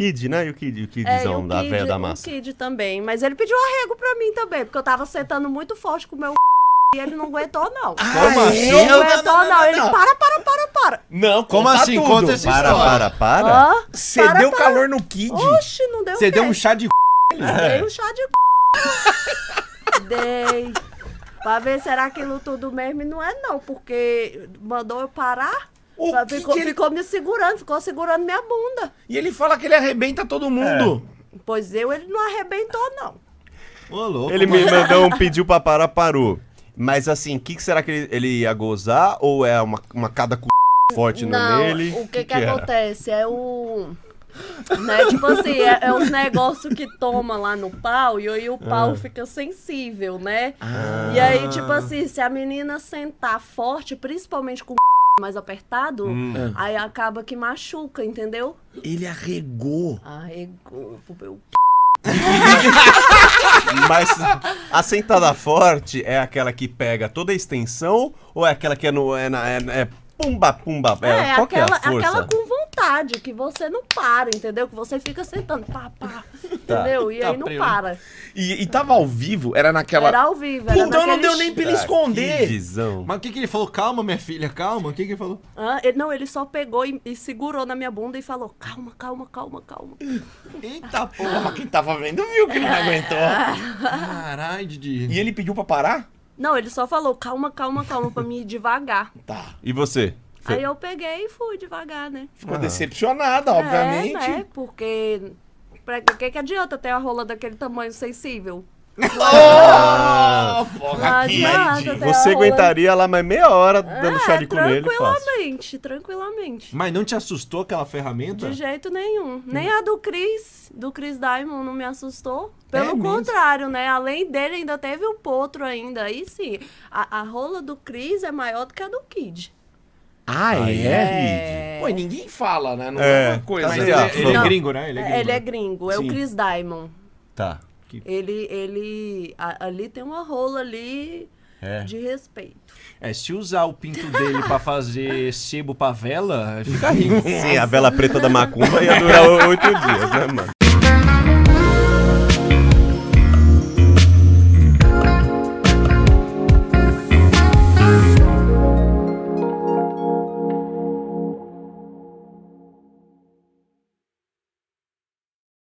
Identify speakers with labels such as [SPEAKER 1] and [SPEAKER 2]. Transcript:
[SPEAKER 1] Kid, né? E o Kid, o
[SPEAKER 2] É, e
[SPEAKER 1] Kidzão
[SPEAKER 2] o
[SPEAKER 1] da
[SPEAKER 2] Kid-
[SPEAKER 1] velha da massa.
[SPEAKER 2] O Kid também. Mas ele pediu arrego pra mim também, porque eu tava sentando muito forte com o meu e ele não aguentou, não.
[SPEAKER 1] Como assim?
[SPEAKER 2] Não aguentou, não. Ele para, para, para, para.
[SPEAKER 3] Não,
[SPEAKER 4] Como
[SPEAKER 2] Tá
[SPEAKER 3] conta
[SPEAKER 4] assim?
[SPEAKER 3] tudo.
[SPEAKER 4] Conta essa
[SPEAKER 1] Para,
[SPEAKER 4] história.
[SPEAKER 1] para, para.
[SPEAKER 2] Hã?
[SPEAKER 3] Você
[SPEAKER 2] Para,
[SPEAKER 3] deu
[SPEAKER 2] para.
[SPEAKER 3] calor no Kid?
[SPEAKER 2] Oxi, não deu
[SPEAKER 4] Você deu
[SPEAKER 2] pé.
[SPEAKER 4] um chá de
[SPEAKER 2] Dei um chá de c... Dei. Pra ver, será aquilo tudo mesmo? E não é não, porque mandou eu parar.
[SPEAKER 3] O
[SPEAKER 2] Mas
[SPEAKER 3] que
[SPEAKER 2] ficou,
[SPEAKER 3] que ele-
[SPEAKER 2] ficou me segurando, ficou segurando minha bunda.
[SPEAKER 3] E ele fala que ele arrebenta todo mundo.
[SPEAKER 2] Pois eu, ele não arrebentou, não.
[SPEAKER 4] Ô, louco.
[SPEAKER 1] Ele me mandou um pediu pra parar, parou. Mas assim, o que, que será que ele, ele ia gozar? Ou é uma, uma cada c... forte no
[SPEAKER 2] não,
[SPEAKER 1] nele?
[SPEAKER 2] o que que,
[SPEAKER 1] era?
[SPEAKER 2] acontece? É o... Né? Tipo assim, é, é os negócios que toma lá no pau e aí o
[SPEAKER 1] Ah.
[SPEAKER 2] pau fica sensível, né? E aí, tipo assim, se a menina sentar forte, principalmente com o mais apertado,
[SPEAKER 1] Hum.
[SPEAKER 3] É.
[SPEAKER 2] aí acaba que machuca, entendeu? Ah, é,
[SPEAKER 3] Ele arregou.
[SPEAKER 2] Arregou pro meu
[SPEAKER 1] Mas a sentada forte é aquela que pega toda a extensão? Ou é aquela que é no. É, na- é, é pumba, pumba? É,
[SPEAKER 2] É,
[SPEAKER 1] qual
[SPEAKER 2] aquela,
[SPEAKER 1] que é a força?
[SPEAKER 2] aquela com vontade, que você não para, entendeu? Que você fica sentando, pá, pá, entendeu? E
[SPEAKER 3] Tá
[SPEAKER 2] aí não
[SPEAKER 3] preso.
[SPEAKER 2] para.
[SPEAKER 3] E, e tava ao vivo? Era naquela.
[SPEAKER 2] Era ao vivo, era
[SPEAKER 3] Então não
[SPEAKER 2] naquele
[SPEAKER 3] deu nem pra ele
[SPEAKER 1] É, Que
[SPEAKER 3] esconder.
[SPEAKER 1] visão.
[SPEAKER 4] Mas o que, que ele falou? Calma, minha filha, calma. O que, que ele falou?
[SPEAKER 2] Ah, ele- não, ele só pegou e, e segurou na minha bunda e falou: calma, calma, calma, calma.
[SPEAKER 4] Eita
[SPEAKER 3] Pô,
[SPEAKER 4] porra.
[SPEAKER 3] mas quem tava vendo viu que ele não aguentou.
[SPEAKER 2] Ah.
[SPEAKER 4] Caralho,
[SPEAKER 3] E
[SPEAKER 4] Didi.
[SPEAKER 3] ele pediu pra parar?
[SPEAKER 2] Não, ele só falou: calma, calma, calma, pra mim ir devagar.
[SPEAKER 3] Tá.
[SPEAKER 1] E você? Fê?
[SPEAKER 2] Aí eu peguei e fui devagar, né?
[SPEAKER 3] Ficou decepcionada, obviamente.
[SPEAKER 2] É, né? Porque. Pra, o que, que adianta ter a rola daquele tamanho sensível?
[SPEAKER 3] Ah,
[SPEAKER 2] Não
[SPEAKER 3] porra, Kid.
[SPEAKER 2] adianta ter a
[SPEAKER 1] Você
[SPEAKER 2] rola-
[SPEAKER 1] aguentaria lá mais meia hora dando chá de
[SPEAKER 2] É,
[SPEAKER 1] cu nele fácil.
[SPEAKER 2] tranquilamente, tranquilamente.
[SPEAKER 4] Mas não te assustou aquela ferramenta?
[SPEAKER 2] De jeito nenhum. Nem a do Chris, do Chris Diamond, não me assustou. Pelo
[SPEAKER 3] mesmo?
[SPEAKER 2] contrário, né? Além dele, ainda teve um potro ainda. Aí sim, a, a rola do Chris é maior do que a do Kid.
[SPEAKER 3] Ah, é?
[SPEAKER 1] É.
[SPEAKER 3] Pô, e ninguém fala, né? Não
[SPEAKER 1] É,
[SPEAKER 3] é uma coisa.
[SPEAKER 1] tá
[SPEAKER 4] Mas
[SPEAKER 3] mas
[SPEAKER 4] ele,
[SPEAKER 1] certo.
[SPEAKER 3] é-
[SPEAKER 4] ele é
[SPEAKER 2] Não.
[SPEAKER 4] gringo, né? Ele é gringo.
[SPEAKER 2] É, Ele é gringo, é
[SPEAKER 3] Sim.
[SPEAKER 2] o Chris Diamond.
[SPEAKER 1] Tá.
[SPEAKER 2] Ele, ele, a- ali tem uma rola ali
[SPEAKER 1] É.
[SPEAKER 2] de respeito.
[SPEAKER 4] É, se usar o pinto dele pra fazer sebo pra vela, fica rico.
[SPEAKER 1] Sim, a vela preta da macumba ia durar o- oito dias, né, mano?